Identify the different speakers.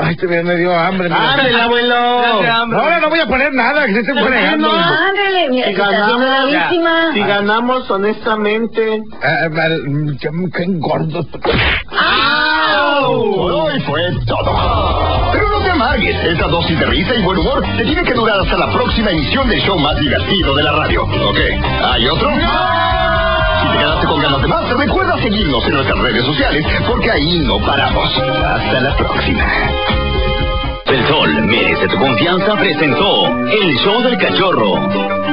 Speaker 1: Ay, te me dio hambre. mira.
Speaker 2: ¡Ándale, abuelo!
Speaker 1: No, no, no voy a poner nada, que se esté fregando.
Speaker 3: Ándale, mira,
Speaker 2: Si
Speaker 3: que está
Speaker 2: ganamos,
Speaker 3: bravísima.
Speaker 2: si ganamos honestamente.
Speaker 1: Ah, mal- qué- ¡Qué gordo!
Speaker 4: Por hoy fue todo. Pero no te amargues, esta dosis de risa y buen humor te tiene que durar hasta la próxima emisión del show más divertido de la radio. ¿Ok? ¿Hay otro? Si te quedaste con ganas de más, recuerda seguirnos en nuestras redes sociales porque ahí no paramos. Hasta la próxima. El Sol merece tu confianza presentó El Show del Cachorro.